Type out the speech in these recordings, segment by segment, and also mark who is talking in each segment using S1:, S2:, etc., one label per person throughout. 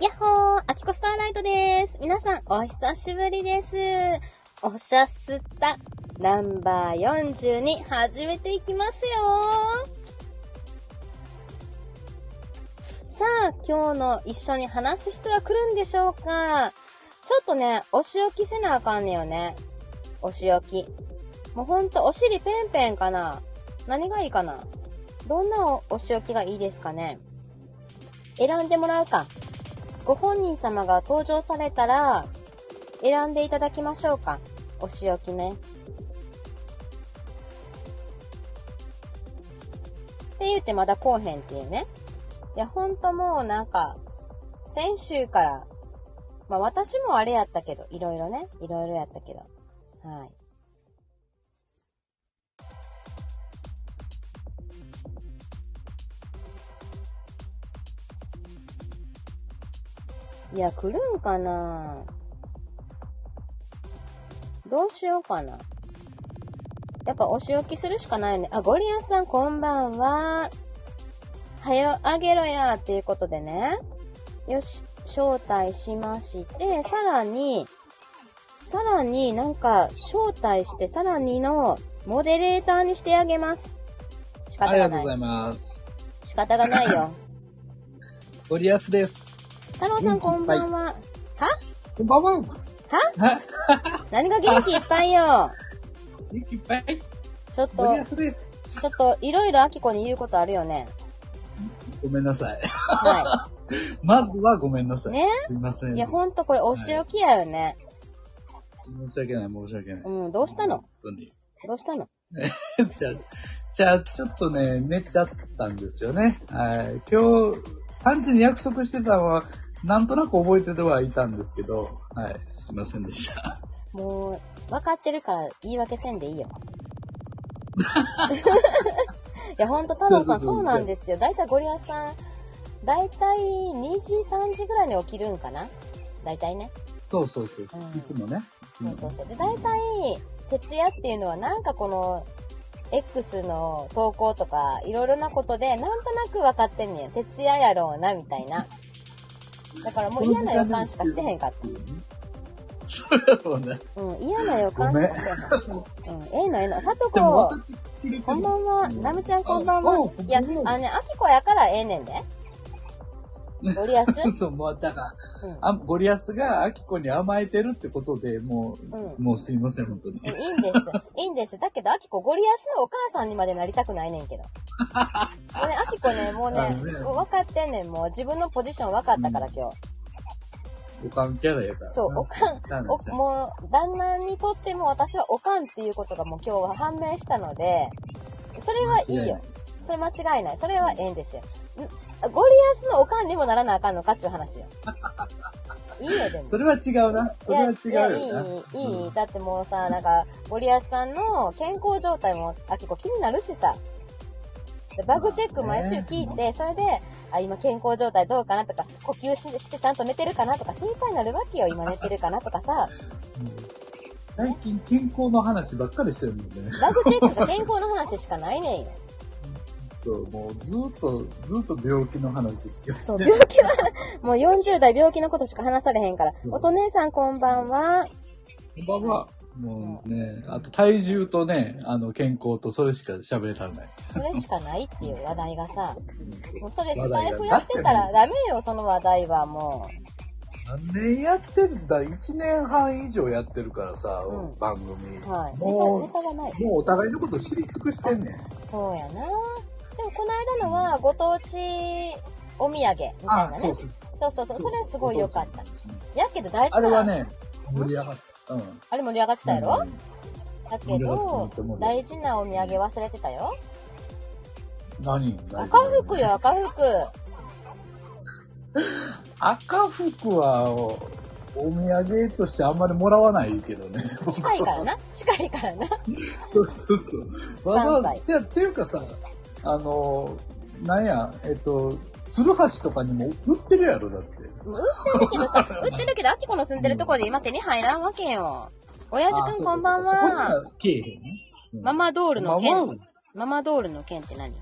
S1: やっほーアキコスターライトです皆さん、お久しぶりですおしゃすったナンバー42始めていきますよさあ、今日の一緒に話す人は来るんでしょうかちょっとね、お仕置きせなあかんねよね。お仕置き。もうほんと、お尻ペンペンかな何がいいかなどんなおお仕置きがいいですかね選んでもらうか。ご本人様が登場されたら、選んでいただきましょうか。お仕置きね。って言ってまだこうへんっていうね。いや、ほんともうなんか、先週から、まあ私もあれやったけど、いろいろね、いろいろやったけど。はい。いや、来るんかなどうしようかな。やっぱお仕置きするしかないよね。あ、ゴリアスさんこんばんは。はよあげろやっていうことでね。よし、招待しまして、さらに、さらになんか招待して、さらにのモデレーターにしてあげます。仕
S2: あ
S1: 方
S2: り
S1: が
S2: がとう
S1: ない
S2: ご。ざいます。
S1: 仕方がないよ。
S2: ゴリアスです。
S1: 太郎さんこんばんは。は
S2: こんばんは。
S1: 何が元気いっぱいよ。
S2: 元気いっぱい。
S1: ちょっ
S2: ゴ
S1: と
S2: リア、スです。
S1: ちょっと、いろいろあきこに言うことあるよね。
S2: ごめんなさい。
S1: は
S2: まずはごめんな さい。
S1: ね
S2: すいません。
S1: い。いや、ほんとこれ、お仕置きやよね。
S2: 申し訳ない、申し訳ない。
S1: うん、どうしたの
S2: 本当に。
S1: どうしたの
S2: じゃあ、じゃあ、ちょっとね、寝ちゃったんですよね。はい。今日、3時に約束してたのは、なんとなく覚えててはいたんですけど、はい。すいませんでした。
S1: もう、分かってるから言い訳せんでい いよ。いや、ほんと、太郎さん、
S2: そうそうそう
S1: そうなんですよ。だいたいゴリアスさん、だいたい2時、3時ぐらいに起きるんかなだいたいね。
S2: そうそうそう。
S1: うん
S2: いつもね。
S1: そうそうそう。で、大体、徹夜っていうのはなんかこの、X の投稿とか、いろいろなことで、なんとなく分かってんねん。徹夜やろうな、みたいな。だからもう嫌な予感しかしてへんかっ
S2: そうやろうね。
S1: た。うん、嫌な予感しかしてへん。うん、ええのええの。さと
S2: でも
S1: こ、こんばんは。なむちゃんこんばん
S2: お
S1: は
S2: う。
S1: いや、あ
S2: おう
S1: のね、あきこやからええねんで。ゴリアス
S2: そう、もう、だから、
S1: うん。
S2: あゴリアスがアキコに甘えてるってことで、もう、
S1: う
S2: もうすいません、本当に。
S1: いいんです。いいんです。だけど、アキコゴリアスのお母さんにまでなりたくないねんけど。俺、アキコね、もう
S2: あ
S1: ね、
S2: のね
S1: もう分かってんねん。もう自分のポジション分かったから今日。
S2: おかんキャラやからな。
S1: そう、おかん
S2: しゃあ、ない
S1: おもう、旦那にとっても私はおかんっていうことがもう今日は判明したので、それはいいよ。。それ間違いない。それはええんですよ。んゴリアスのおかんにもならなあかんのかっちゅう 話よ。いいよ、でも。
S2: それは違うな。そ
S1: い
S2: れ
S1: や、
S2: はい違う
S1: や、
S2: よな。
S1: いい、いい、
S2: うん
S1: だってもうさ、なんか、森保さんの健康状態も、あ、結構気になるしさ。でバグチェック毎週聞いて、それで、あ、今健康状態どうかなとか、呼吸ししてちゃんと寝てるかなとか、心配になるわけよ、今寝てるかなとかさ、
S2: うん最近健康の話ばっかりしてるので、ね、
S1: バグチェックが健康の話しかないねん よ。
S2: そう、もうずっと、ずっと病気の話してる。
S1: そう、病気は、もう40代病気のことしか話されへんから
S2: そ。う
S1: おと姉さんこんばんは。
S2: こんばんは。もうね、あと体重とね、あの健康とそれしか喋らない。
S1: それしかないっていう話題がさ、もうそれスタ
S2: 話題
S1: イ
S2: が
S1: フやってたらダメよ、その話題はもう。
S2: 何年やってんだ ?1 年半以上やってるからさ、
S1: うん
S2: 番組。
S1: はい。ネ
S2: も
S1: タネタがない。
S2: う、もうお互いのこと知り尽くしてんねん。
S1: そうやな。でもこの間のはご当地お土産みたいなね。
S2: そう。
S1: そうそうそう。それすごい良かった。やけど大事
S2: あ
S1: な
S2: れは、ね、盛り上がった。うん。
S1: あれ盛り上がってたやろ、だけ
S2: 盛り上がっ
S1: ど
S2: てためっちゃ盛り上がっ、た
S1: 大事なお土産忘れてたよ。
S2: 何
S1: 赤服よ、。赤服。
S2: 赤服は、おお土産としてあんまりもらわないけどね。
S1: 近いからな。近いからな。
S2: そうそうそう。わざわざ、
S1: 関
S2: てていうかさ、あの、なんや、えっと、鶴橋とかにも売ってるやろ、だって。
S1: もう売ってるけどさ、売ってるけど、アキコの住んでるところで今手に入らんわけよ。親父くんこんばん
S2: あそうかそうかそこに
S1: は。
S2: は。けえへんね。うん
S1: ママドールの
S2: ママドー
S1: 件
S2: ル。
S1: ママドールの件って何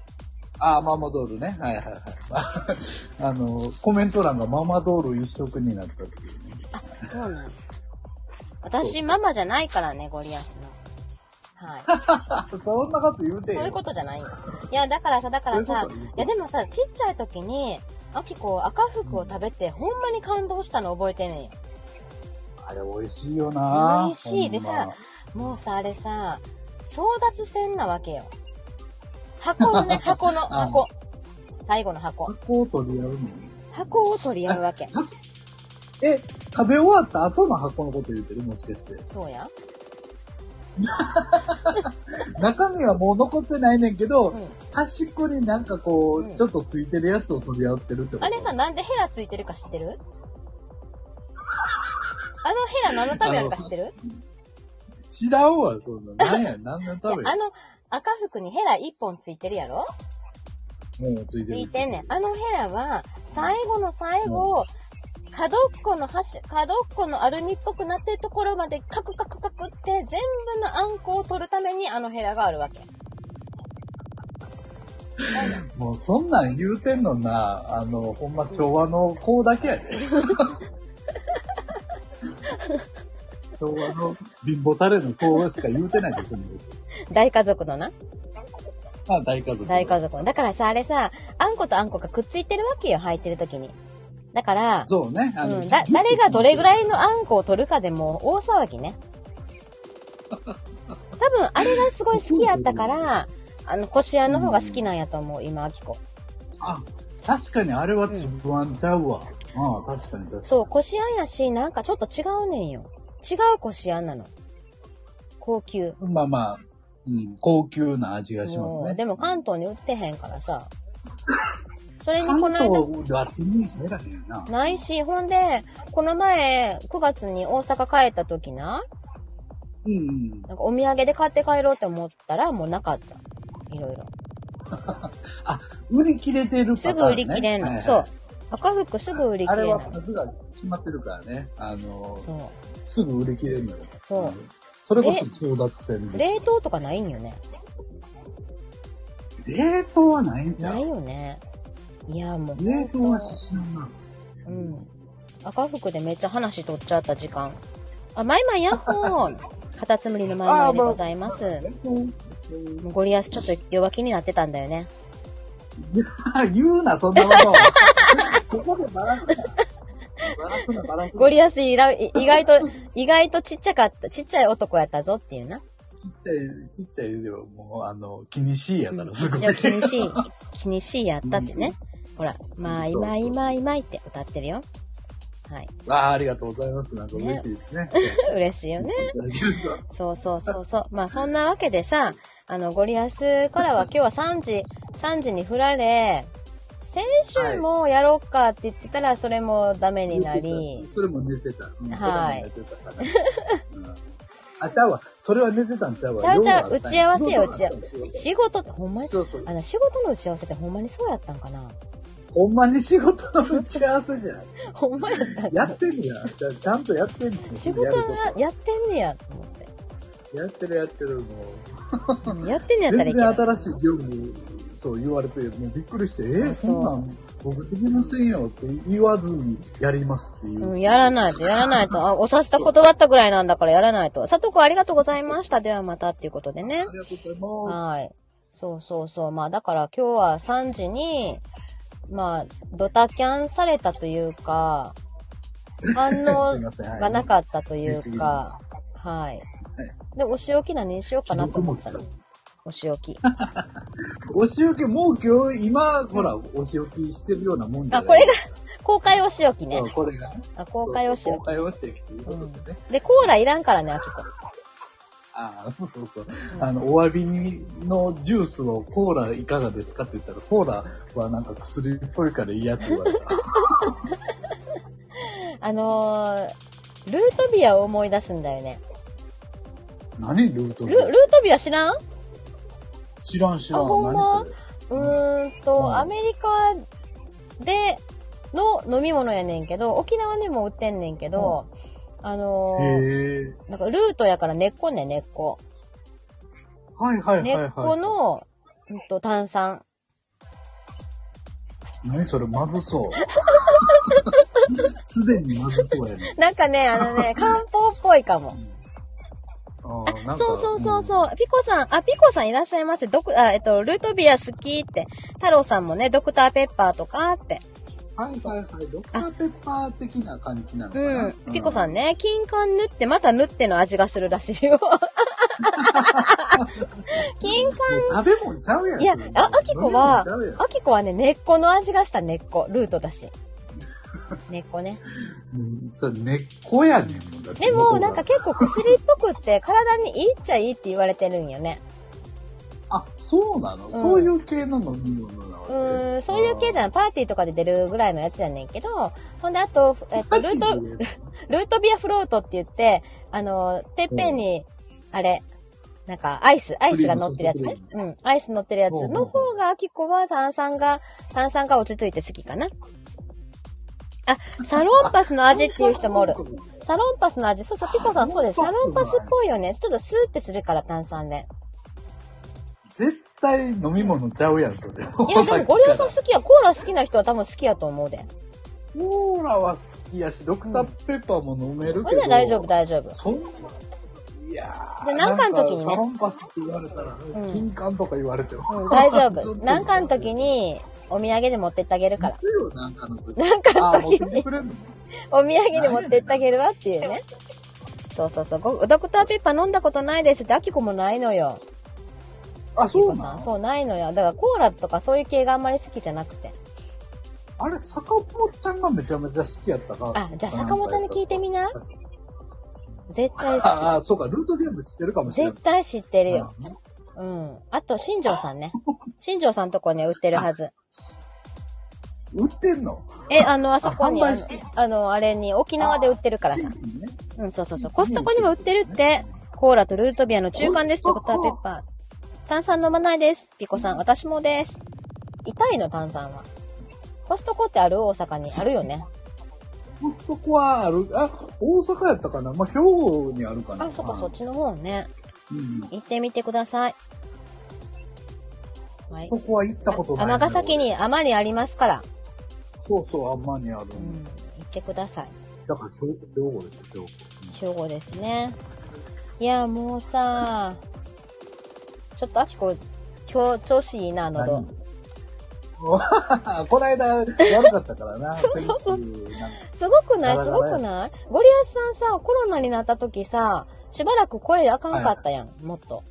S2: あー、ママドールね。はいはいはい。 あの、コメント欄がママドール一色になったっていうね。
S1: そうなんです。私、ママじゃないからね、ゴリアスの。はい。
S2: あそんなこと言うてよ
S1: そういうことじゃないよ。いや、だからさ、だから
S2: そういう
S1: さ
S2: こと言う、
S1: いやでもさ、ちっちゃい時に、アキコ赤服を食べて、ほんまに感動したの覚えてんねんよ。
S2: あれ美味しいよな
S1: 美味しいでさ、もうさ、あれさ、争奪戦なわけよ。箱のね、箱の、
S2: あ
S1: 箱。最後の
S2: ほ
S1: 箱
S2: んま。箱を取り合うの
S1: 箱を取り合うわ け。
S2: え、食べ終わった後の箱のこと言ってるもしかして。
S1: そうや。
S2: 中身はもう残ってないねんけど、
S1: うん。
S2: 端っこになんかこう、
S1: うん
S2: ちょっとついてるやつを取り合ってるってこと
S1: あれさ、なんでヘラついてるか知ってるあのヘラ何のためなのか知ってる
S2: 知らんわ、そんな。なんや、なんの
S1: いや
S2: 食べ
S1: あの赤服にヘラ1本ついてるやろ
S2: もうついて
S1: つ
S2: る。
S1: いてんねん。あのヘラは、最後の最後、角っこの端、角っこのアルミっぽくなってるところまでカクカクカクって全部のあんこを取るためにあのヘラがあるわけ。
S2: もうそんなん言うてんのな、あの、ほんま昭和の子だけや で。昭和の貧乏タレの子しか言うてないでこの
S1: 大家族のな。
S2: ことあ、大家族。
S1: 大家族の。だからさ、あれさ、あんことあんこがくっついてるわけよ、履いてる時に。だから、
S2: そうね。あの、
S1: うん、だ誰がどれぐ
S2: い
S1: らいのあんこを取るかでもう大騒ぎ ね。多分あれがすごい好きやったから、あの、こしあんの方が好きなんやと思う、今、あきこ。
S2: あ、確かにあれはつぶあんちゃうわ。ああ、確かに確かに。
S1: そう、こしあんやし、なんかちょっと違うねんよ。違うこしあんなの。高級。
S2: まあまあ、うん、高級な味がします
S1: そ
S2: ね。
S1: うでも関東に売ってへんから さ。それに
S2: 関
S1: この間、
S2: 東は手に入らへんよな。
S1: ないし、ほんで、この前、9月に大阪帰った時な、
S2: うんうん。
S1: なんかお土産で買って帰ろうって思ったら、もうなかった。いろいろ。
S2: あ、売り切れてるパター
S1: す
S2: ン、ね。
S1: ぐ売り切れんの。
S2: はいはい
S1: そう。赤服すぐ売り切
S2: あ
S1: れ
S2: れ
S1: ん
S2: は
S1: の。
S2: 数が決まってるからね。あの、
S1: そ
S2: すぐ売り切れるのよ。。
S1: そうん
S2: それこそ争奪戦
S1: う。
S2: で
S1: 冷
S2: す。
S1: 凍とかないんよね。
S2: 冷凍はないんじゃ
S1: ない
S2: ん。
S1: よね。いや、もう。
S2: 冷凍は知らんな。
S1: うん。赤服でめっちゃ話取っちゃった時間。あ、マイマイヤッホー カタツムリのマイマイでございます。
S2: 冷凍
S1: もうゴリアスちょっと弱気になってたんだよね。
S2: いや、 言うな、そんなこと。 ここでバラすな。バラすな、バラすな。
S1: ゴリアス いらい意外と、意外とちっちゃかった、ちっちゃい男やったぞっていうな。
S2: ちっちゃい、ちっちゃい言うても、もう、あの、気にしいやから、すごい
S1: じゃあ気にしい、気にしいやったってね。ほら、マイマイマイマイって歌ってるよ。はい。
S2: ああ、ありがとうございます。なんか嬉しいですね。
S1: 嬉しいよね。
S2: いただけると
S1: そうそうそうそう。まあそんなわけでさ、あの、ゴリアスからは今日は3時、3時に振られ、先週もやろうかって言ってたら、それもダメになり、
S2: それも寝てた。うん
S1: はい
S2: それも寝てたかな。うんあ、ちゃうわ。それは寝てたんちゃうわ。
S1: ちゃうちゃう
S2: 用があったんや
S1: 打ち合わせよ
S2: 仕事があったんですよ
S1: 仕事ってほんまに、
S2: そうそう
S1: あ。の、仕事の打ち合わせってほんまにそうやったんかな
S2: ほんまに仕事の打ち合わせじゃん。
S1: ほんまやったん
S2: や
S1: か
S2: ってんねや。ちゃちゃんとやってんねん
S1: 仕事がやってんねや、と思って。
S2: やってるやってる。も
S1: うんやってんねやっ
S2: う。
S1: たらいい
S2: 全
S1: けど
S2: 然。新しい業務、そう言われて、もうびっくりして、えー、
S1: そう
S2: そんなん、僕できませんよって言わずにやりますっていう。
S1: うん、やらないと、やらないと。あ、おさした断ったぐらいなんだからやらないと。さとこありがとうございました。ではまたっていうことでね
S2: あ。りがとうございま
S1: はい。そうそうそう。まあだから今日は3時に、まあ、ドタキャンされたというか、 反
S2: す。すい
S1: 応
S2: ません。はい
S1: がなかったという
S2: はい
S1: か、はい。で、お仕置き何にしようかなと思ったの
S2: 記録もつ。
S1: お仕置 き。
S2: お仕置き、もう今日、今、ほら、お仕置きしてるようなもんじゃ
S1: あ、
S2: ない
S1: これが、公開お仕置きね
S2: そう。これが。
S1: あ公開お仕
S2: そうそう
S1: 置
S2: 公開お仕置きという
S1: き。う
S2: こ
S1: ん
S2: とでね。
S1: で、コーラいらんからね、あきこ。
S2: ああ、そうそう。
S1: うん
S2: あの、お詫びにのジュースをコーラいかがですかって言ったら、コーラはなんか薬っぽいから嫌って言われた。
S1: あのー、ルートビアを思い出すんだよね。
S2: 何ルート
S1: ルルートビア知らんう
S2: 知らん知らん。
S1: あほんま
S2: 何それ
S1: ーん
S2: う
S1: と、
S2: ん
S1: アメリカでの飲み物やねんけど、沖縄でも売ってんねんけど、あのー、
S2: へえ。
S1: なんかルートやから根っこね、根っこ。
S2: はいはいはい、
S1: 根
S2: はい。
S1: っこの、うんと炭酸。
S2: 何それ、ま ずそう。すでにまずそうやね。
S1: なんかね、あの ね、漢方っぽいかも。
S2: あー
S1: あ、そうそうそう
S2: う
S1: そう。ピコさん、あ、ピコさんいらっしゃいませ。ドク、あ、えっと、ルートビア好きって。太郎さんもね、ドクターペッパーとかって。
S2: ん。はいはいはい。ドクターペッパー的な感じなのか
S1: う。。
S2: なん
S1: ピコさ
S2: ん。
S1: んね、金柑塗って、また塗っての味がするらしいよ。金柑、
S2: 食べ物ちゃうやん。
S1: いや
S2: それ、
S1: あ、あきこは
S2: 食べ物ちゃうやん、
S1: あきこはね、根っこの味がした根っこ、ルートだし。根っこね。
S2: うんそれ根っこやねんもんだって
S1: でも、なんか結構薬っぽくって、体にいいっちゃいいって言われてるんよね。
S2: あ、そうなの、
S1: ん
S2: そういう系の飲み物なわ
S1: う
S2: け
S1: ーん、そういう系じゃん。パーティーとかで出るぐらいのやつやねんけど、ほんで、あと、えっと、ルート、ルートビアフロートって言って、あの、てっぺんに、あれ、なんか、アイス、アイスが乗ってるやつね
S2: クリームソフ。
S1: うん、アイス乗ってるやつの方が、アキコは炭酸が、炭酸が落ち着いて好きかな。あ、サロンパスの味っていう人もおる
S2: そ。うそうそう
S1: サロンパスの味、そうそう、ピコさんそうです。サ
S2: サ
S1: ロ
S2: ロ
S1: ン
S2: ン
S1: パ
S2: パスの味
S1: スっぽいよね。ちょっとスーってするから、炭酸で。
S2: 絶対飲み物ちゃうやん、それ。い
S1: い
S2: や、
S1: や、でもゴリオさん好きや、コーラ好きな人は多分好きやと思うで。
S2: コーラは好きやし、ドクターペッパーも飲める
S1: ほ
S2: け
S1: んなら
S2: ど。
S1: 大丈夫、大丈夫。
S2: そんな、いやー
S1: でなんかの時にね
S2: なんサロンパスって言われたら、
S1: ん
S2: 金柑とか言われても。
S1: うん、大 丈
S2: ず
S1: 夫
S2: っ。と
S1: なんかの時。に、お土産で持ってってあげるから
S2: い。つよ、なんかの時。
S1: なんか
S2: あ
S1: の
S2: ー、持っ
S1: 時
S2: て
S1: に
S2: て。くれんの
S1: お土産に持ってってあげるわっていうね。そうそうそう。ごドクターペッパー飲んだことないですって、アキコもないのよ。
S2: あ、
S1: ピ
S2: そ
S1: コ
S2: う
S1: さ。
S2: なんん
S1: そう、ないのよ。だからコーラとかそういう系があんまり好きじゃなくて。
S2: あれ、坂本ちゃんがめちゃめちゃ好きやったから。
S1: あ、じゃあ坂本ちゃんに聞いてみな。絶対好
S2: ああ、そうか、ルートゲーム知ってるかも
S1: き。
S2: しれない
S1: 絶。対知ってる
S2: うん
S1: よ。うん。あと、新庄さん ね。新庄さんとこね、売ってるはず。
S2: 売ってんの
S1: え、あの、あそこに、
S2: あ
S1: あ
S2: 販
S1: の
S2: 売してる、
S1: あのあれに、沖縄で売ってるから
S2: 地
S1: さ。
S2: 域にね。
S1: うん、そうそうそう。コストコにも売ってるって。コーラとルートビアの中間です。ド
S2: コ
S1: ク
S2: ストコ
S1: ターペッパー。炭酸飲まないです。ピコさん、私もです。痛いの、炭酸は。コストコってある大阪に。あるよね。
S2: コストコはある、あ、大阪やったかなまあ、兵庫にあるかな
S1: あ、そっか、そっ。ちの方ね。
S2: うん。コ
S1: 行ってみてください。はい
S2: ス。トコは行ったことない。
S1: あ長崎。にあまりありますから。
S2: そうそう、あんまにある
S1: う。ん。行ってください。
S2: だから兵兵庫ですよ、兵庫。
S1: 正午ですね。いや、もうさ、ちょっとあきこ、今日調子いいな、喉。
S2: 何 この間、悪かったからな。
S1: そうそうそう
S2: 先週なんか
S1: すごくない
S2: な
S1: す
S2: か
S1: ご
S2: なかね
S1: くないゴリアスさんさ、コロナになった時さ、しばらく声あかんかったやん、もっと。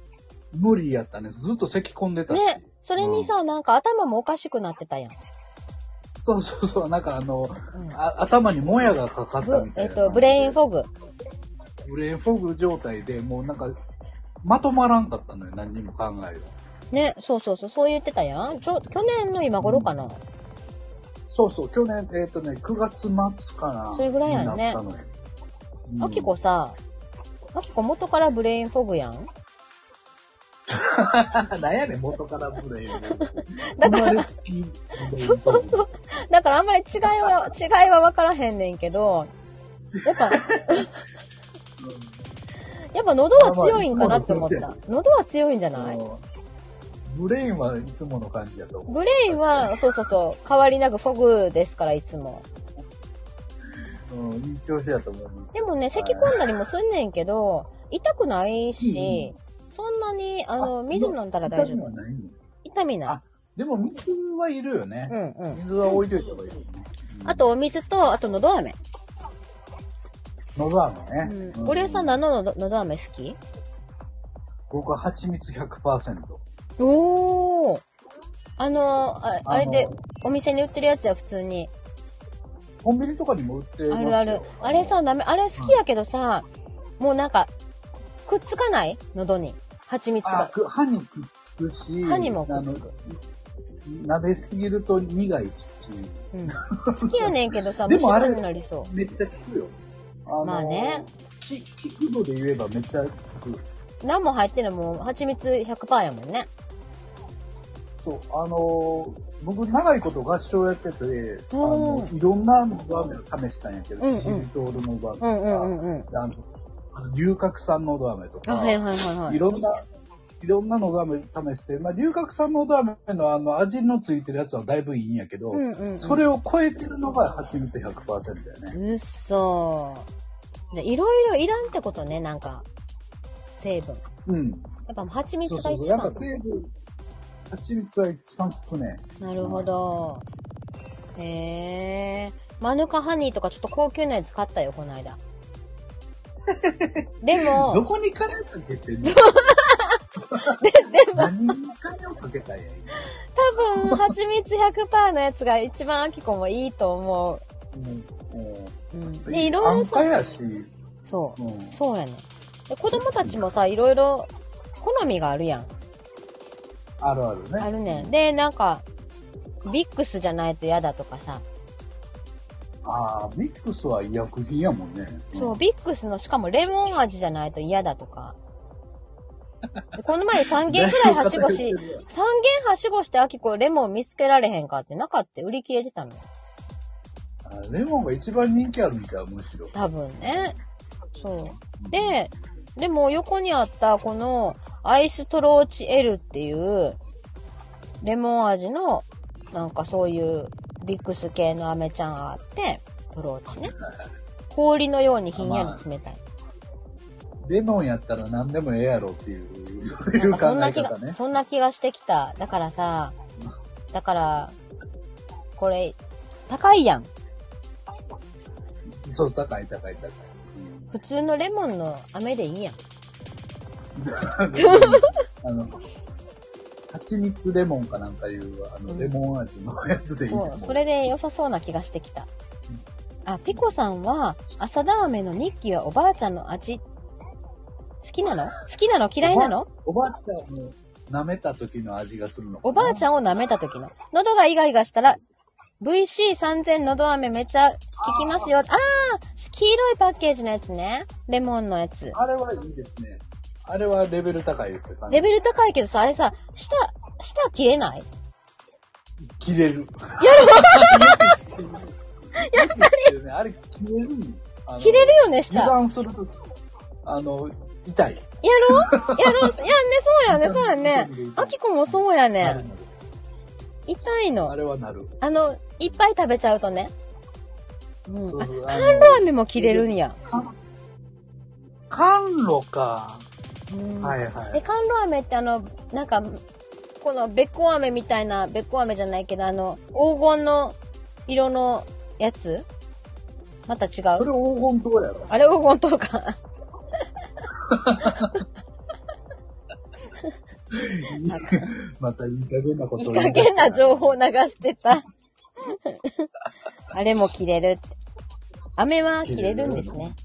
S2: 無理やったね。ずっと咳込んでたし。
S1: ね。それにさ、なんか頭もおかしくなってたやん。
S2: そうそうそう、なんかあの、
S1: うん
S2: あ頭にもやがかかったみ
S1: ぶ
S2: たい
S1: え
S2: な。
S1: っと、ブレインフォグ。
S2: ブレインフォグ状態で、もうなんか、まとまらんかったのよ、何にも考えが。
S1: ね、そうそうそう、そう言ってたやん。ちょ、去年の今頃かな。
S2: そうそう、去年、えっ、とね、9月末かな。
S1: それぐらいやんね
S2: になったのよ。うん
S1: あきこさ、あきこ元からブレインフォグやん。
S2: なんやねん、元からブレインフォグ。
S1: だ
S2: 生
S1: から
S2: まれつき。
S1: そうそうそう。 だからあんまり違いは、違いは分からへんねんけど、やっ ぱ、やっぱ喉は強いんかなって思った。喉は強いんじゃ
S2: あ
S1: ない
S2: のブレインはいつもの感じやと思う。
S1: ブレインは、そうそうそう、変わりなくフォグですから、いつも。
S2: うん、いい調子やと思います
S1: で
S2: よ。
S1: もね、咳込んだりもすんねんけど、痛くないし、そんなに、あの、
S2: あ
S1: 水飲んだら大丈
S2: 痛みは
S1: 夫。
S2: ないの
S1: 痛みない。
S2: あでも水はいるよね
S1: う。んうん。
S2: 水は置いといた方がいいよね。
S1: あと、お水と、あと、のど飴。
S2: のど飴
S1: う
S2: ね。
S1: ん。ゴリエさん、何ののど飴好き
S2: 僕は蜂蜜100%。
S1: おー。あの、ああれで
S2: あの、
S1: お店に売ってるやつや、普通に。
S2: コンビニとかにも売ってま
S1: あ
S2: す
S1: る
S2: よ
S1: ある。あれさ、ダメ、あれ好きやけどさ、もうなんか、くっつかない喉に。蜂蜜
S2: あ
S1: が。
S2: く歯にくっつくし、
S1: 歯にもくっつく
S2: あの鍋すぎると苦いし、
S1: うん。 好きやねんけどさ、
S2: で
S1: 虫
S2: もあれ
S1: 歯になりそ
S2: めっちゃ効くよ。あの
S1: まあね。
S2: き効くので言えばめっちゃ効く。
S1: う。何も入ってるのも、蜂蜜100%やもんね。
S2: そう、あのー僕長いこと合唱やってて、あの
S1: う
S2: いろんなのど飴を試したんやけ
S1: うんう
S2: ど、
S1: ん
S2: シリトールのど飴と
S1: うんうんうん
S2: か、
S1: うん。
S2: あの、あの龍角散のど飴と
S1: あ、
S2: か、
S1: はいはいはいはいい。
S2: ろんな、いろんなのが試して、まあ、龍角散のラーメンのあの味のついてるやつはだいぶいいんやけど、
S1: うんうんうん
S2: それを超えてるのが蜂蜜100%やね。
S1: うっそーでいろいろいらんってことね、なんか、成分。や
S2: うん。
S1: っぱ蜂蜜
S2: そう
S1: が
S2: そうそう。
S1: 一
S2: なん
S1: 番
S2: か成分、蜂蜜は一番効くね。
S1: なるほど。へえ。マヌカハニーとかちょっと高級なやつ買ったよ、この 間。で
S2: ど
S1: も、
S2: こに金をかけて んの何に金をかけたんや、
S1: 多分、蜂蜜100%のやつが一番アキコもいいと思
S2: 今。うん
S1: う。うん。
S2: う
S1: で、いろいろ
S2: 安価
S1: さ、
S2: やし、
S1: そうう。
S2: ん。
S1: そうやねんで子供たちもさ、いろいろ、好みがあるやん。
S2: あるあるね。
S1: あるねん。で、なんか、ビックスじゃないと嫌だとかさ。
S2: ああ、ミックスは医薬品やもんね。
S1: そう、ビックスの、しかもレモン味じゃないと嫌だとか。でこの前3軒くらいはしごし、3
S2: だいぶ偏っ
S1: 軒はしごしてアキコレモン見つけられへんかってなかって売り切れてたのよ。
S2: あレモンが一番人気あるんか、むしろ。
S1: 多分ね。そう。で、でも横にあったこのアイストローチ L っていうレモン味のなんかそういうビックス系のアメちゃんがあって、トローチね。氷のようにひんやり冷たい。
S2: レモンやったら何でもええやろっていう、そうい
S1: なん
S2: う
S1: かそ
S2: 考
S1: んな
S2: え
S1: 気
S2: 方ね
S1: が、。そんな気がしてきた。だからさ、だから、これ、高いやん。
S2: そう、高い高い高い。
S1: 普通のレモンの飴でいいやん。
S2: あの、蜂蜜レモンかなんかいう、あの、レモン味のやつでいいと
S1: そ
S2: 思
S1: う、
S2: う。
S1: それで良さそうな気がしてきた。あ、ピコさんは、朝ラーメンの日記はおばあちゃんの味。好きなの好きなの嫌いなの
S2: おばあちゃんを舐めた時の味がするのかな
S1: おばあちゃんを舐めた時の。喉がイガイガしたら、VC3000 喉飴めちゃ効きますよ。あー黄色いパッケージのやつね。レモンのやつ。
S2: あれはいいですね。あれはレベル高いですよ。
S1: レベ
S2: ル
S1: ル高いけどさ、あれさ、舌、舌切れない
S2: 切れる。やっぱりあれ切れるあの
S1: 切れるよね、舌。や
S2: 油
S1: ろ
S2: 断するとき、あの、痛い。
S1: やろやんね、そうやね、そうや ね。あきこもそうや
S2: なる
S1: ね。
S2: なる
S1: 痛いの
S2: あ。れはなる。
S1: あの、いっぱい食べちゃうとね。うん。
S2: そう
S1: あ
S2: そうあ
S1: 缶ラーメンも切れるんや。
S2: 甘露か。
S1: うん
S2: はいは
S1: え、
S2: い。
S1: 缶ラーメンってあの、なんか、このべっこう飴みたいな、べっこう飴じゃないけど、あの、黄金の色のやつまた違
S2: そうれ黄金とやろ。
S1: あれ黄金とか。
S2: またいい加減なこと
S1: いい
S2: を言
S1: 加
S2: 出し
S1: 減
S2: た
S1: な情報を流してた。 あれも切れるって。飴は切れるんですね。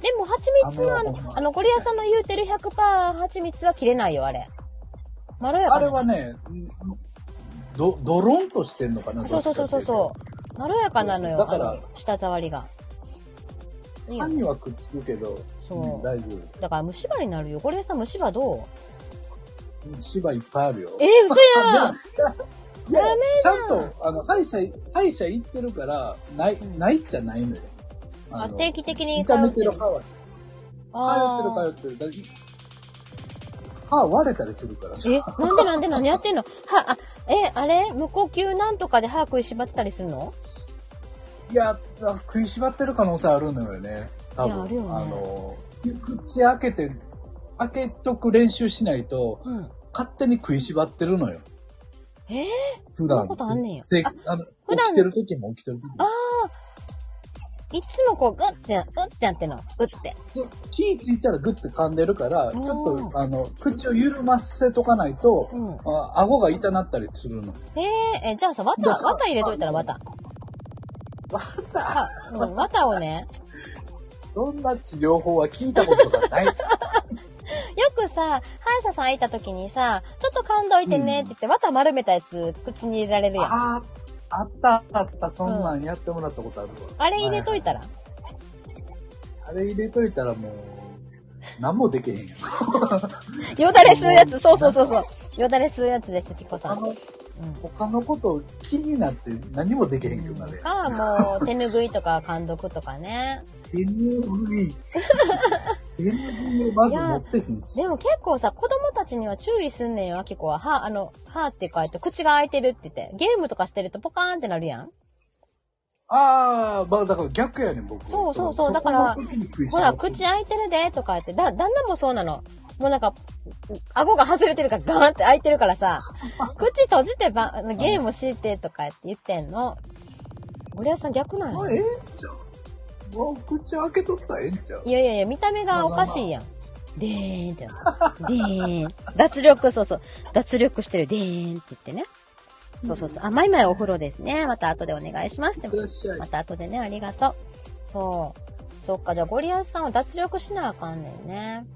S1: でも、蜂蜜のあ
S2: 飴はほんま
S1: の、あの、ゴリアさんの言うてる100%蜂蜜は切れないよ、あれ。まろや
S2: あ
S1: か
S2: れ
S1: な。
S2: はね、ど、ドロンとしてんのかな
S1: そうそうそうそうそう。まろやかなのよ、
S2: だか
S1: あ
S2: ら
S1: の、舌触りが。いいよ
S2: 歯。にはくっつくけど、
S1: そう
S2: うん大丈
S1: だから虫歯になるよ。ゴリアさん虫歯どう
S2: 夫。芝いっぱいあるよ。
S1: えー、嘘やん
S2: いや
S1: ダメ
S2: ちゃんと、あの、歯医者、歯医者行ってるから、ない、ないっちゃないのよ。
S1: あ
S2: の
S1: 定期的に通
S2: 痛め
S1: ってて
S2: る
S1: る。
S2: 歯は、
S1: あー
S2: 通ってる通ってる。歯割れたりするからさ。
S1: え、なんでなんで何やってんのは、あ、え、あれ無呼吸なんとかで歯食いしばってたりするの
S2: いや、あ食いしばってる可能性あるのよね。多
S1: いや
S2: 分。
S1: あるよね
S2: の、口開けて、開けとく練習しないと、
S1: うん。
S2: 勝手に食いしばってるのよ。
S1: えー、
S2: 普
S1: そんな
S2: 段。
S1: ことあんねや
S2: せ
S1: あ
S2: あの
S1: 普段
S2: 起きてる時も起きてる時も。
S1: いつもこう、グッて、うってやってんの。うって。
S2: そう気ぃついたらグッて噛んでるから、ち
S1: ー
S2: ょっと、あの、口を緩ませとかないと、
S1: うん
S2: あ顎が痛なったりするの。
S1: えー、え、じゃあさ、綿、綿入れといたら綿。綿うん、綿をね、
S2: そんな治療法は聞いたこと がない。
S1: よくさ、歯医者さん行った時にさ、ちょっと噛んどいてねって言って、綿丸めたやつ口に入れられるやん。あ
S2: ああ、あったあった、そんなんやってもらったことあるわ。
S1: れ入れといたら。
S2: あれ入れといたらもう、何もできへんやん。
S1: よだれ吸うやつ、そうそうそうそう。よだれ吸うやつです、ピコさ
S2: 他
S1: ん。
S2: の、
S1: うん
S2: 他のこと気になって何もできへんけどなね。
S1: か、もう、手拭いとか、監督とかね。
S2: 手拭い。原文をまず持ってへんし。
S1: でも結構さ、子供たちには注意すんねんよ、あきこは。は、あの、はって書いて、口が開いてるって言って。ゲームとかしてるとポカーンってなるやん。
S2: ああ、まあだから逆やねん、僕。
S1: そうそうそうだから
S2: そこの時に食いし
S1: ほ
S2: ば
S1: ら、
S2: って
S1: 口開いてるで、とか言って。だ、旦那もそうなの。もうなんか、顎が外れてるからガーンって開いてるからさ、口閉じてば、あのゲームしてとか言って言ってんの。ゴリアスさん逆なん
S2: あ、ええ
S1: や
S2: んちゃうもう口開けとったらええんちゃう
S1: いやいやいや、見た目がおかしいやん。でーんってなって。でーん。脱力、そうそう。脱力してる。でーんって言ってね。そうそうそう。あ、まいまいお風呂ですね。また後でお願いします。って
S2: いらっしゃい
S1: ま。た後でね、ありがとう。そう。そっか、じゃあゴリアスさんは脱力しなあかんねんね。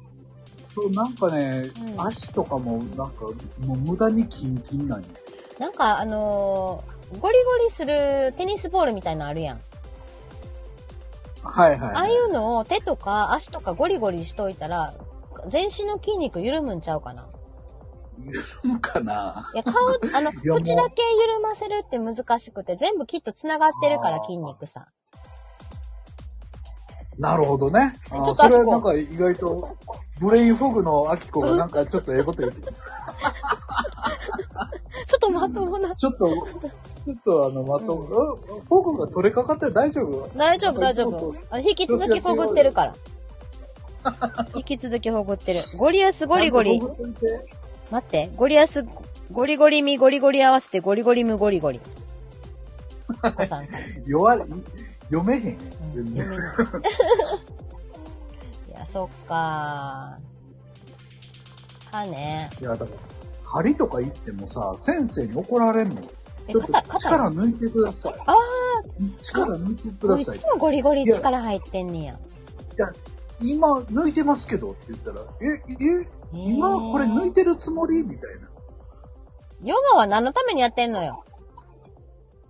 S2: そう、なんかね、
S1: うん
S2: 足とかも、なんか、もう無駄にキンキンなんよ。
S1: なんか、あのーゴリゴリするテニスボールみたいなのあるやん。
S2: はいはい。
S1: ああいうのを手とか足とかゴリゴリしといたら、全身の筋肉緩むんちゃうかな。
S2: のかない
S1: や、顔、 あの、
S2: やもう
S1: 口だけ緩ませるって難しくて、全部きっと繋がってるから筋肉さ。
S2: なるほどね。あー
S1: ちょっと
S2: それ
S1: あき
S2: は
S1: こ
S2: なんか意外と、ブレインフォグのアキコがなんかちょっとええこと言ってた。
S1: ちょっとまともな。
S2: ちょっと、ちょっとあの、まとも、うんフォグが取れかかって大丈夫
S1: 大丈夫、
S2: な
S1: 大丈
S2: んかいつもと
S1: 夫。あの引き続きほぐってる から。引き続きほぐってる。ゴリアスゴリゴリ
S2: ちゃ。んとフォグ取って
S1: 待って、ゴリアス、ゴリゴリミゴリゴリ合わせてゴリゴリムゴリ ゴリ。お子さんから。
S2: 弱い、読めへん。全然。
S1: いや、そっか歯ね。
S2: いや、だから、針とか行ってもさ、先生に怒られんの。
S1: え、
S2: ちょっと
S1: 肩、肩。
S2: 力抜いてください。
S1: あ
S2: 力抜いてく
S1: あ、も
S2: だ
S1: うい
S2: さい。
S1: つもゴリゴリ力入ってんねや。
S2: じゃあ今抜いてますけどって言ったら、え、え、今これ抜い
S1: て。
S2: てるつもりみたいな。
S1: ヨガは何のためにやってんのよ。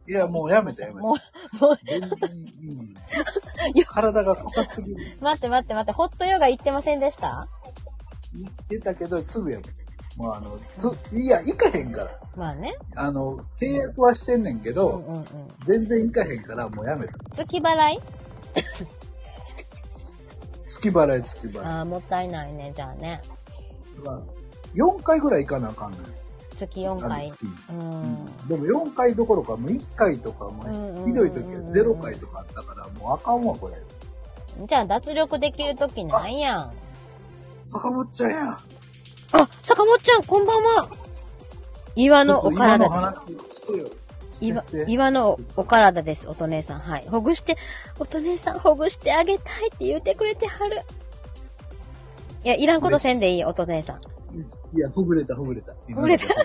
S2: いや、もうやめてやめて。
S1: もう、もう、
S2: 全然、うん、体が硬すぎる。
S1: 待って待って待って、ホットヨガ行ってませんでした
S2: 言ってたけど、すぐやめて。もうあの、つ、いや、行かへんから。
S1: まあね。
S2: あの、契約はしてんねんけ
S1: う
S2: ど、
S1: んうんうん。
S2: 全然行かへんから、もうやめた。
S1: 月払い
S2: 月払い月払い。
S1: ああ、もったいないね、じゃあね。
S2: 4回ぐらい行かなあかんのよ。
S1: 月4
S2: あの
S1: 回。
S2: 月に。
S1: う
S2: うんん。でも4回どころか、もう1回とか、も
S1: うんうんうんうん
S2: うひどい時は0回とかあったから、もうあかんわ、これ。
S1: じゃあ脱力できるときないやん。
S2: 坂本ちゃんや。
S1: あ、坂本ちゃん、こんばんは。岩のお体です。
S2: です。してよ。して
S1: 岩
S2: して
S1: 岩のお体です、おとねさん。はい。ほぐして、おとねさん、ほぐしてあげたいって言ってくれてはる。いや、いらんことせんでいい、おとねさん。
S2: いや、ほぐれた、ほぐれた。
S1: ぐれた
S2: ほぐれた。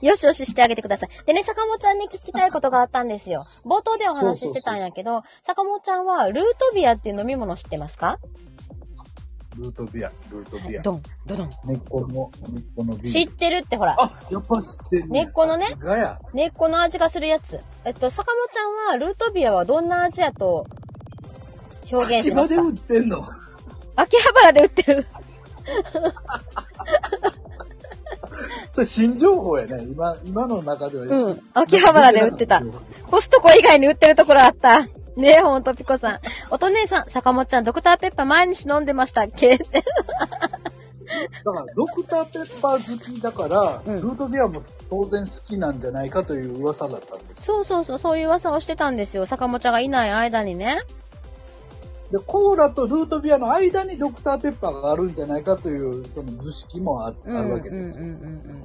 S1: よしよししてあげてください。でね、坂本ちゃんに聞きたいことがあったんですよ。冒頭でお話ししてたんやけど、坂本ちゃんはルートビアっていう飲み物知ってますか
S2: ルートビア、ルートビア。
S1: ドン、ドドン。
S2: 根っこの、根っこのビア。
S1: 知ってるってほら、
S2: あ、やっぱ知ってる、
S1: 根っこのね
S2: さすがや。
S1: 根っこの味がするやつ。えっと、坂本ちゃんはルートビアはどんな味やと表現します
S2: 今で
S1: か
S2: 売ってんの。
S1: 秋葉原で売ってる。
S2: それ新情報やね。今、今の中では。
S1: うん。秋葉原で売ってた。コストコ以外に売ってるところあった。ねえ、ほんとピコさん。おとねさん、坂本ちゃん、ドクターペッパー毎日飲んでましたっけって。
S2: だから、ドクターペッパー好きだから、
S1: うん
S2: ルートビアも当然好きなんじゃないかという噂だったんです。
S1: そうそうそう、そういう噂をしてたんですよ。坂本ちゃんがいない間にね。
S2: で、コーラとルートビアの間にドクターペッパーがあるんじゃないかという、その図式もああ
S1: うん。
S2: る
S1: うん
S2: わ
S1: うん
S2: け
S1: うんう
S2: ですよ。
S1: んうん。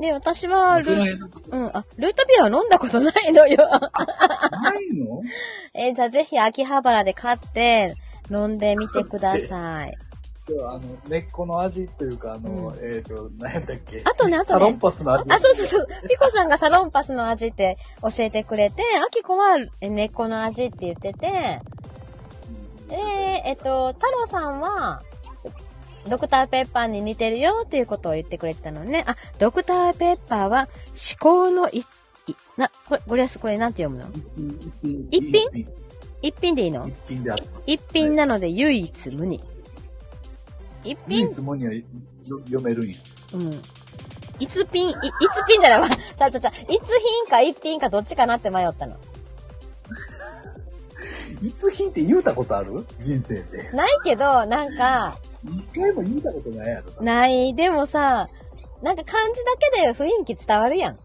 S1: で、私は
S2: その
S1: ル、
S2: 辺の
S1: うん、あ、ルートビアは飲んだことないの よ。
S2: ないの
S1: えーじゃあぜひ秋葉原で買って、飲んでみてください。
S2: そう、あの、根っこの味というか、あの、
S1: うん
S2: えっ、と、何やったっけ。
S1: あとねあとね
S2: サロンパスの味。
S1: あ、そうそうそう。ピコさんがサロンパスの味って教えてくれて、アキコはえ根っこの味って言ってて、
S2: うん
S1: で、えっと、太郎さんは、ドクターペッパーに似てるよっていうことを言ってくれてたのね。あ、ドクターペッパーは思考の一、いな、これ、ゴリアスこれなんて読むの
S2: 一品
S1: 一品一品でいいの
S2: 一品である。
S1: 一品なので唯一無二。一
S2: い
S1: 品
S2: いつもにはよ読めるんや。
S1: うん。一品、い、一品じゃないわ。ちゃうちゃうちゃう。一品か一品かどっちかなって迷ったの。
S2: いつひんって言うたことある人生で。
S1: ないけど、なんか、
S2: 一回も言うたことないやろな。
S1: ない。でもさ、なんか漢字だけで雰囲気伝わるやん。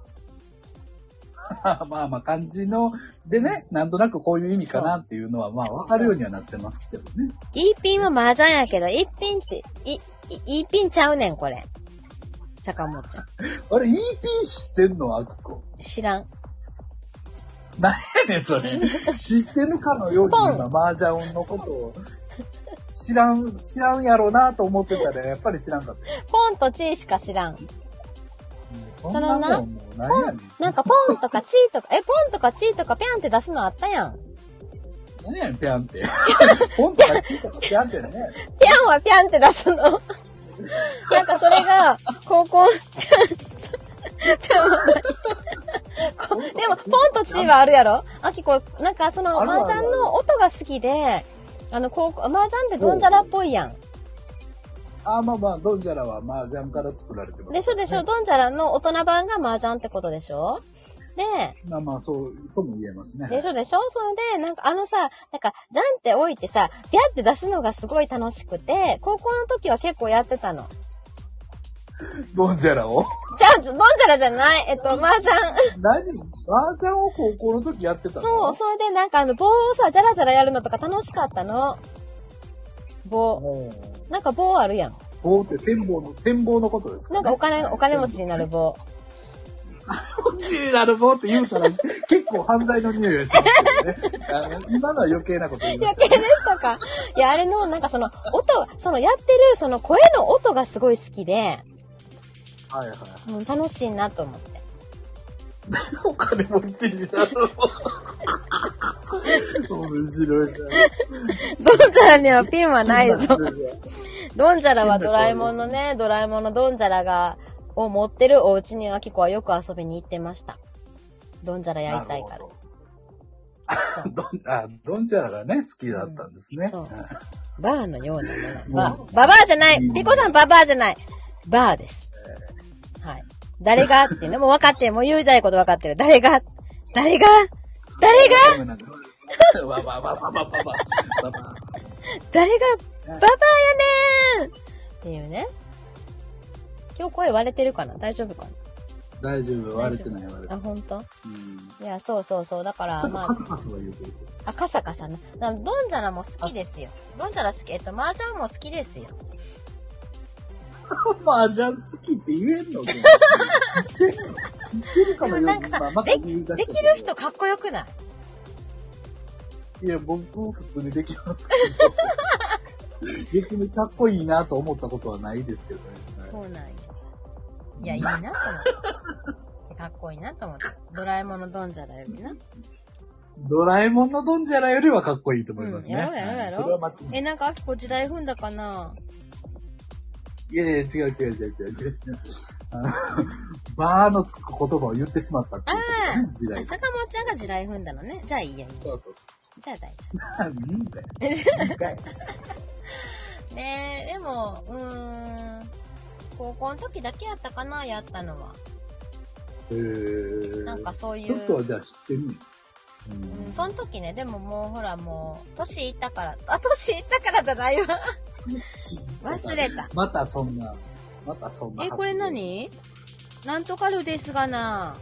S2: まあまあ、漢字の、でね、なんとなくこういう意味かなっていうのは、まあ、わかるようにはなってますけどね。
S1: 一品は麻雀やけど、一品って、い、い一品ちゃうねん、これ。坂本ちゃん。
S2: あれ、EP 知ってんのあくこ。
S1: 知らん。
S2: なんやねん、それ。知ってるかのように、今、麻雀のことを。知らん、知らんやろうなと思ってたら、やっぱり知らんかったよ。
S1: ポンとチーしか知らん。
S2: うん
S1: そのな
S2: そんもんもうなんやねん。
S1: なんかポンとかチーとか、え、ポンとかチーとかピャンって出すのあったやん。
S2: なんやねん、ぴゃんって。ポンとかチーとかぴゃんってね。
S1: ピャンはピャンって出 すの。なんかそれが、高校、でも、ポ
S2: ポンとかチーとか
S1: ンとチーはあるやろあきこ、なんかその、
S2: あるある
S1: 麻雀の音が好きで、あの、高校、麻雀ってドンジャラっぽいやん。
S2: あ、まあまあ、ドンジャラは麻雀から作られてます、
S1: でしょでしょ、
S2: ね
S1: ドンジャラの大人版が麻雀ってことでしょで、
S2: まあまあ、そう、とも言えますね。
S1: でしょでしょそれで、なんかあのさ、なんか、ジャンって置いてさ、ビャって出すのがすごい楽しくて、高校の時は結構やってたの。
S2: ドンジャラを
S1: じゃあ、ドンジャラじゃないえっと、麻雀。
S2: 何麻雀を高校の時やってたの
S1: そう、それでなんかあの、棒をさ、ジャラジャラやるのとか楽しかったの。棒。
S2: も
S1: なんか棒あるやん。
S2: う、棒って展望の、展望のことですか、
S1: な
S2: ね、
S1: んかお金、お金持ちになる棒。
S2: 棒。お金持ちになる棒って言うたら、結構犯罪の匂いがしますけどね。あの今のは余計なこと言いま
S1: 余
S2: した
S1: 計
S2: ね。
S1: でしたかいや、あれの、なんかその、音、そのやってる、その声の音がすごい好きで、
S2: はいはい。
S1: うん、楽しいなと思って。
S2: お金持ちになる棒。面白いな。
S1: ドンジャラにはピンはないぞ。
S2: は
S1: ドンジャラはドラえもんのね、ドラえもんのドンジャラが、を持ってるお家にあきこはよく遊びに行ってました。ドンジャラやりたいから。
S2: どんあ、ドンジャラがね、好きだったんですね。
S1: そうバーのようなも
S2: う
S1: の。バ、ババアじゃない
S2: いいね
S1: ピコさんババアじゃないバーです。はい。誰がっていうのもう分かってる。もう言いたいこと分かってる。誰が誰が誰が
S2: うんなんかわわわわわわわわわ
S1: 誰がババアやねんっていうね。今日声割れてるかな大丈夫か
S2: 大丈夫、割れてない、割れて
S1: な
S2: な
S1: あ、
S2: い。
S1: ほんと
S2: うんち
S1: いや、そうそうそう。だから、
S2: ょっと
S1: まあ
S2: カ、サカサは言うけど。
S1: あ、カサカサな。なドンジャラも好きですよ。ドンジャラ好き。えっと、麻雀も好きですよ。
S2: まあ、じゃあ好きって言えんの知ってるか
S1: で
S2: も
S1: も
S2: よ。
S1: なんかさ
S2: まあ、また
S1: で、
S2: 言い出
S1: で
S2: し
S1: き
S2: た
S1: る
S2: けど
S1: 人かっこよくない
S2: いや、僕、普通にできますけど。別にかっこいいなと思ったことはないですけどね。はい
S1: そうなんや。いや、いいなと思って。かっこいいなと思って。ドラえもんのドンジャラよりな。
S2: ドラえもんのドンジャラよりはかっこいいと思いますね。
S1: うんやろうやろうやろう
S2: それは間違いない。
S1: え、なんか、あきこ時代踏んだかない
S2: やいや、違う違う違う違う違う。あの、バーのつく言葉を言ってしまったっていうことね、時
S1: あ
S2: 代。
S1: 坂本ちゃんが地雷踏んだのね。じゃあいいやいいや
S2: そう そうそ
S1: じゃあ大丈
S2: う。いいんだよ。一回
S1: 夫。ねえ、でも、うーん。高校の時だけやったかなやったのは。
S2: えー、
S1: なんかそうい
S2: ちょっとは
S1: う。
S2: じゃあ知ってるの
S1: うん、その時ね、でももうほらもう、年いったから、あ、年いったからじゃないわ。忘れた。
S2: またそんな、またそんな。
S1: え、これ何なんとかるですがな。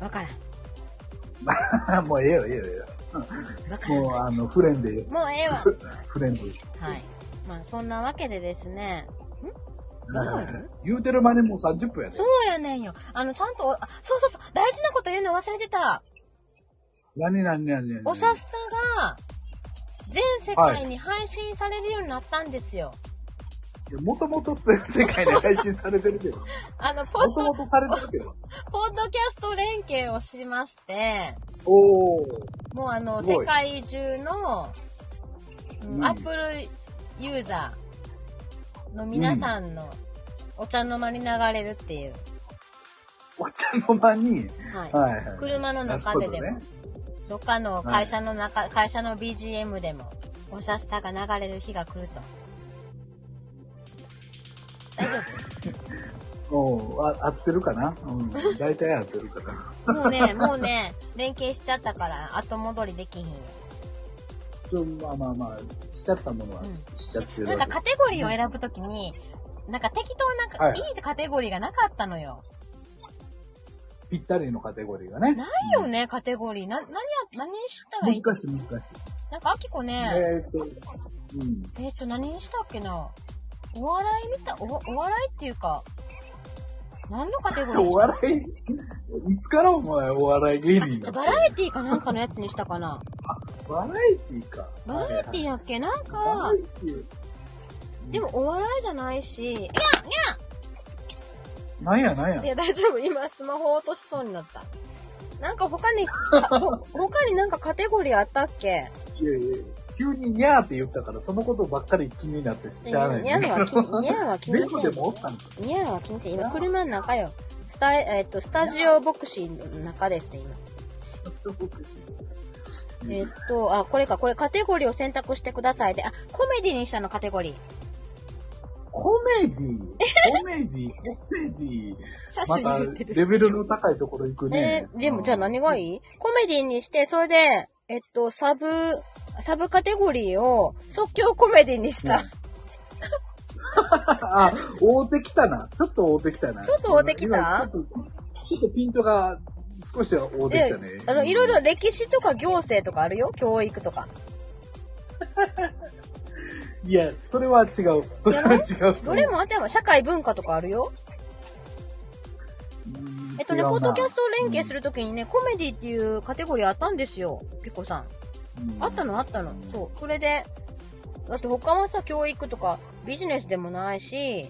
S1: わからん。
S2: もうええよええよええよ。
S1: わからん。も
S2: もうあの、フレンド よ。
S1: うええわ。
S2: フレンドよ。
S1: はい。まあ、そんなわけでですね。
S2: はい言うてる間にもう30分やね
S1: そう。やねんよ。あの、ちゃんと、あそうそうそう、大事なこと言うの忘れてた。
S2: 何何何何
S1: おしゃスタが、全世界に配信されるようになったんですよ。
S2: もともと世界で配信されてる けど。も
S1: あの、ポッ
S2: と
S1: ド、
S2: もとされてるけど。
S1: ポッドキャスト連携をしまして、
S2: おー。
S1: もうあの、
S2: すご
S1: 世
S2: い
S1: 界中の、うん
S2: うん
S1: アップルユーザーの皆さんのお茶の間に流れるっていう。
S2: お茶の間に、
S1: はい。
S2: はいはい。
S1: 車の中でで
S2: なる
S1: も、
S2: ほどね
S1: どっかの会社の中、会社の BGM でも、おしゃスタが流れる日が来ると。大丈夫
S2: もう、あ合ってるかなうん。大体合ってるか な。
S1: もうね、もうね、連携しちゃったから後戻りできひんよ。
S2: そう、まあまあまあ、しちゃったものは
S1: うん
S2: しちゃってる
S1: なん
S2: わ
S1: かカ
S2: け。
S1: テゴリーを選ぶときに、なんか適当なか、
S2: はい
S1: い、いカテゴリーがなかったのよ。
S2: ぴったりのカテゴリーがね。
S1: ないよね、カテゴリー。な、何や、何にしたら
S2: 難
S1: い
S2: しい
S1: い
S2: 難しい。
S1: なんか、あきこね、
S2: えーっと、うん。
S1: えっ、と、何にしたっけな。お笑いみたい、お、お笑いっていうか、何のカテゴリー
S2: お
S1: にした
S2: 笑い、いつからお前お笑い芸人だ
S1: バラエティかなんかのやつにしたかな。
S2: バラエティか。
S1: バラエティやっけなん
S2: バ
S1: か
S2: ラエ、ティ
S1: でもお笑いじゃないし、いや、い
S2: なんやなんや
S1: や、い。や大丈夫。今、スマホ落としそうになった。なんか他 に、かほ他になんかカテゴリーあったっけ
S2: いやいや急にニャーって言ったから、そのことばっかり気になってし
S1: い
S2: ゃあな
S1: や
S2: い、
S1: ニャンは気に、ニャンは気にせ
S2: 猫で
S1: ん。
S2: もおった んか。
S1: ニャンは気にせん。今、車の中よ。スタ、えっと、スタジオボクシーの中です、今。えっと、あ、これか、これカテゴリーを選択してくださいで、あ、コメディにしたのカテゴリー。
S2: コメディコメディコメ ディ
S1: 車
S2: また、レベルの高いところ行くね
S1: え。ーでもじゃあ何がいいコメディにして、それで、えっと、サブ、サブカテゴリーを即興コメディにした。
S2: うんあ、大手来たな。ちょっと大手来たな。
S1: ちょっと追うてきた
S2: 今ちょっとちょっとピントが少しは大手来
S1: で
S2: たね、。
S1: あの、いろいろ歴史とか行政とかあるよ教育とか。
S2: いや、それは違う。それは違う。
S1: どれも当てはまる社会文化とかあるよ
S2: うん
S1: えっとね、
S2: 違うな
S1: ポッドキャストを連携するときにね、コメディっていうカテゴリーあったんですよ。ピコさん。
S2: うん
S1: あったのあったの。そう。それで、だって他はさ、教育とかビジネスでもないし、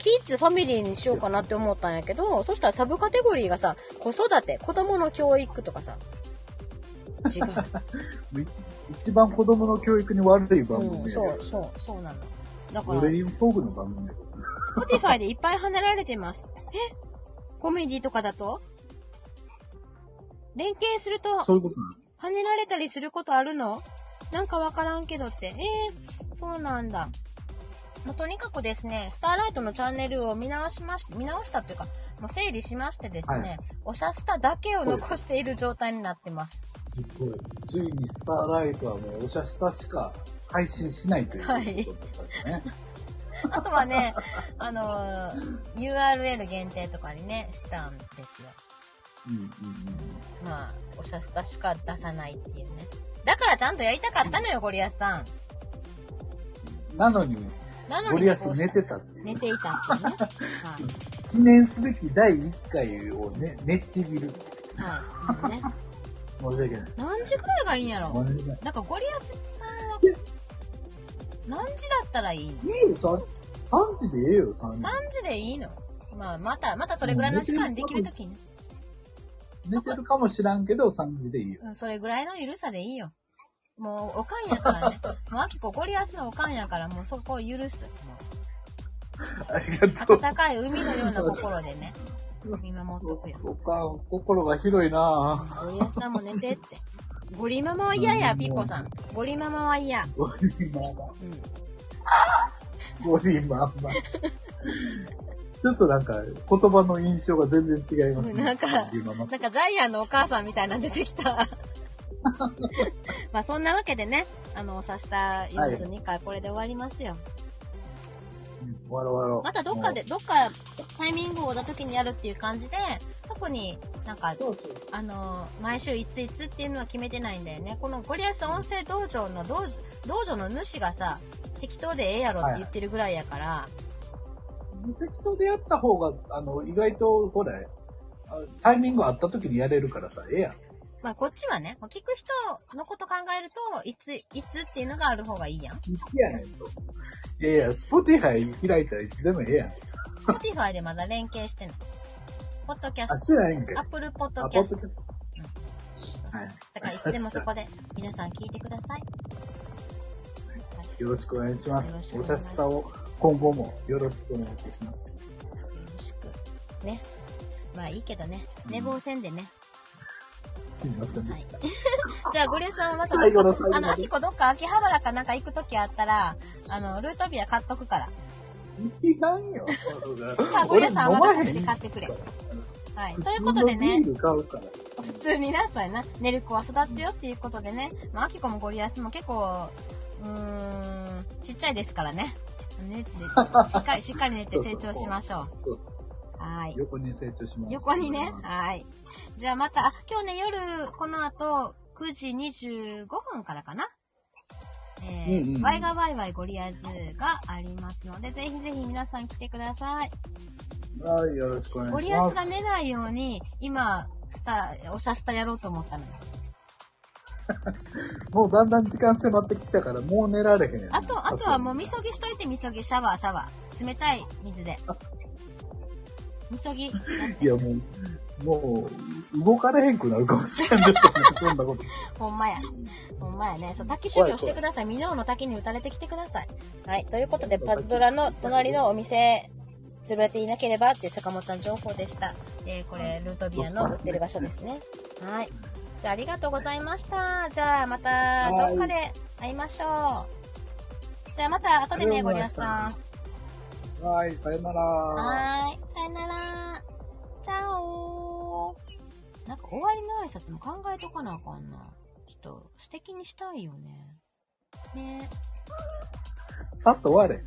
S1: キッズファミリーにしようかなって思ったんやけど、そしたらサブカテゴリーがさ、子育て、子供の教育とかさ、違う。
S2: 一番子供の教育に悪い番組、
S1: うん、そう、そう、そうなの。だから、
S2: ブレインフォーグの番組だけど
S1: Spotify でいっぱい離られてます。えコメディとかだと連携すると
S2: そういうことなの
S1: 跳ねられたりすることあるのなんかわからんけどって。えー、そうなんだ。もうとにかくですね、スターライトのチャンネルを見直しまし、見直したっていうか、もう整理しましてですね、
S2: は
S1: おしゃスタだけを残している状態になってます。
S2: すごい。ついにスターライトはもうおしゃスタしか配信しないということだったね。
S1: あとはね、あのー URL 限定とかにね、したんですよ。
S2: うんうんうん。
S1: まあ、おしゃスタしか出さないっていうね。だからちゃんとやりたかったのよ、ゴリアスさん。
S2: なのに、
S1: なのに
S2: ゴリアス寝て
S1: た。
S2: たってい
S1: 寝
S2: う。
S1: ていたっていうね。はい
S2: 記念すべき第1回をね、寝ちぎる。
S1: はい。もうね。
S2: 申し訳ない。
S1: 何時くらいがいいんやろ
S2: ごめんなさい。
S1: なんかゴリアスさんは、何時だったらいい
S2: いいよ、さ3時でええよ、3
S1: ?3
S2: 時。
S1: 時でいいのまあ、また、またそれぐらいの時間できるときに。
S2: 寝てるかもしらんけど、3時でいいよ。
S1: うん、それぐらいの緩さでいいよ。もう、おかんやから ね。もう、あきこゴリアスのおかんやから、もうそこを許す。
S2: ありがとう。
S1: 暖かい海のような心でね、見守っとくよ。
S2: おかん、心が広いなぁ。
S1: ゴリアスさんも寝てって。ゴリママは嫌や、ピコさん。ゴリママは嫌。
S2: ゴリママ。
S1: うん。
S2: ゴリママ。ちょっとなんか、言葉の印象が全然違いますね。
S1: なんか
S2: ゴリママ。
S1: なんかジャイアンのお母さんみたいなの出てきた。 まあそんなわけでね、あの、シャスタ42回これで終わりますよ。
S2: うんわろわろ。
S1: またどっかで、どっかタイミングを追った時にやるっていう感じで、特になんか、
S2: そうそう。
S1: あの、毎週いついつっていうのは決めてないんだよね。このゴリアス音声道場の道道場の主がさ、適当でええやろって言ってるぐらいやから、
S2: 適当でやった方が、あの、意外と、ほら、あタイミングあった時にやれるからさ、ええやん。
S1: まあこっちはね、もう聞く人のこと考えると、いつ、いつっていうのがある方がいいやん。
S2: いつやねんと。いやいや、スポティファイ開いたらいつでもええやん。
S1: Spotify でまだ連携してない。ポッドキャ
S2: あ、
S1: ス
S2: してないんか
S1: ト。
S2: い。
S1: Apple ポッ
S2: あ、
S1: ドキ
S2: ポ
S1: ャ
S2: ッ
S1: ス
S2: ド
S1: ト。
S2: キャスト。はい
S1: だからいつでもそこで皆さん聞いてください。
S2: よろしくお願いしま
S1: よろし
S2: す。
S1: くお願
S2: お
S1: いし
S2: しゃ
S1: ます
S2: スタを今後もよろしくお願いいたします。
S1: よろしく。ね。まあいいけどね。寝坊せんでね。
S2: すみませんでした。
S1: じゃあ、ゴリエさんまた、
S2: 最後の最後まで
S1: あの、アキコどっか秋葉原かなんか行くときあったら、あの、ルートビア買っとくから。
S2: いらんよ。
S1: さあ、ごめん
S2: 俺
S1: な
S2: 飲
S1: さい、甘
S2: ま
S1: がさ
S2: へ
S1: せて
S2: ん。
S1: 買ってくれ。はい。という
S2: 普
S1: こ
S2: 通
S1: とで
S2: のビ
S1: ね
S2: ー、ル買うから。
S1: 普通にな、そうやな、寝る子は育つよっていうことでね、まあ、あきこもゴリアスも結構、うーん、ちっちゃいですからね。寝て、しっか り、しっかり寝て成長しましょ
S2: そう
S1: う。はい。
S2: 横に成長します。
S1: 横にね。はい。じゃあまた、あ今日ね、夜、この後、9時25分からかな。えー
S2: うんうんうん
S1: ワイガワイワイゴリアズがありますので、ぜひぜひ皆さん来てください。
S2: はい、よろしくお願いします。
S1: ゴリアスが寝ないように、今、スタ、おしゃスタやろうと思ったのよ。
S2: もうだんだん時間迫ってきたから、もう寝られへんやん
S1: あと、あとはもうみそぎしといて、みそぎ、シャワー、シャワー。冷たい水で。みそ ぎ。
S2: いや、もう、もう、動かれへんくなるかもしれんですよね。そんなこと。
S1: ほんまや。ほんまやね。そう、滝修行してください。ミノーの滝に打たれてきてください。はい。ということで、パズドラの隣のお店、潰れていなければっていう坂本ちゃん情報でした。えー、これ、ルートビアの売ってる場所ですね。はい。じゃあ、ありがとうございました。じゃあ、また、どっかで会いましょう。じゃあ、また後で
S2: あ
S1: ね、
S2: りが
S1: ゴ
S2: と
S1: リ
S2: うございま
S1: ア
S2: し
S1: ス
S2: た
S1: さん。
S2: はい、さよなら。
S1: はーい。さよなら。チャオー。なんか終わりの挨拶も考えとかなあかんな。ちょっと素敵にしたいよね。ね
S2: さっと終われ。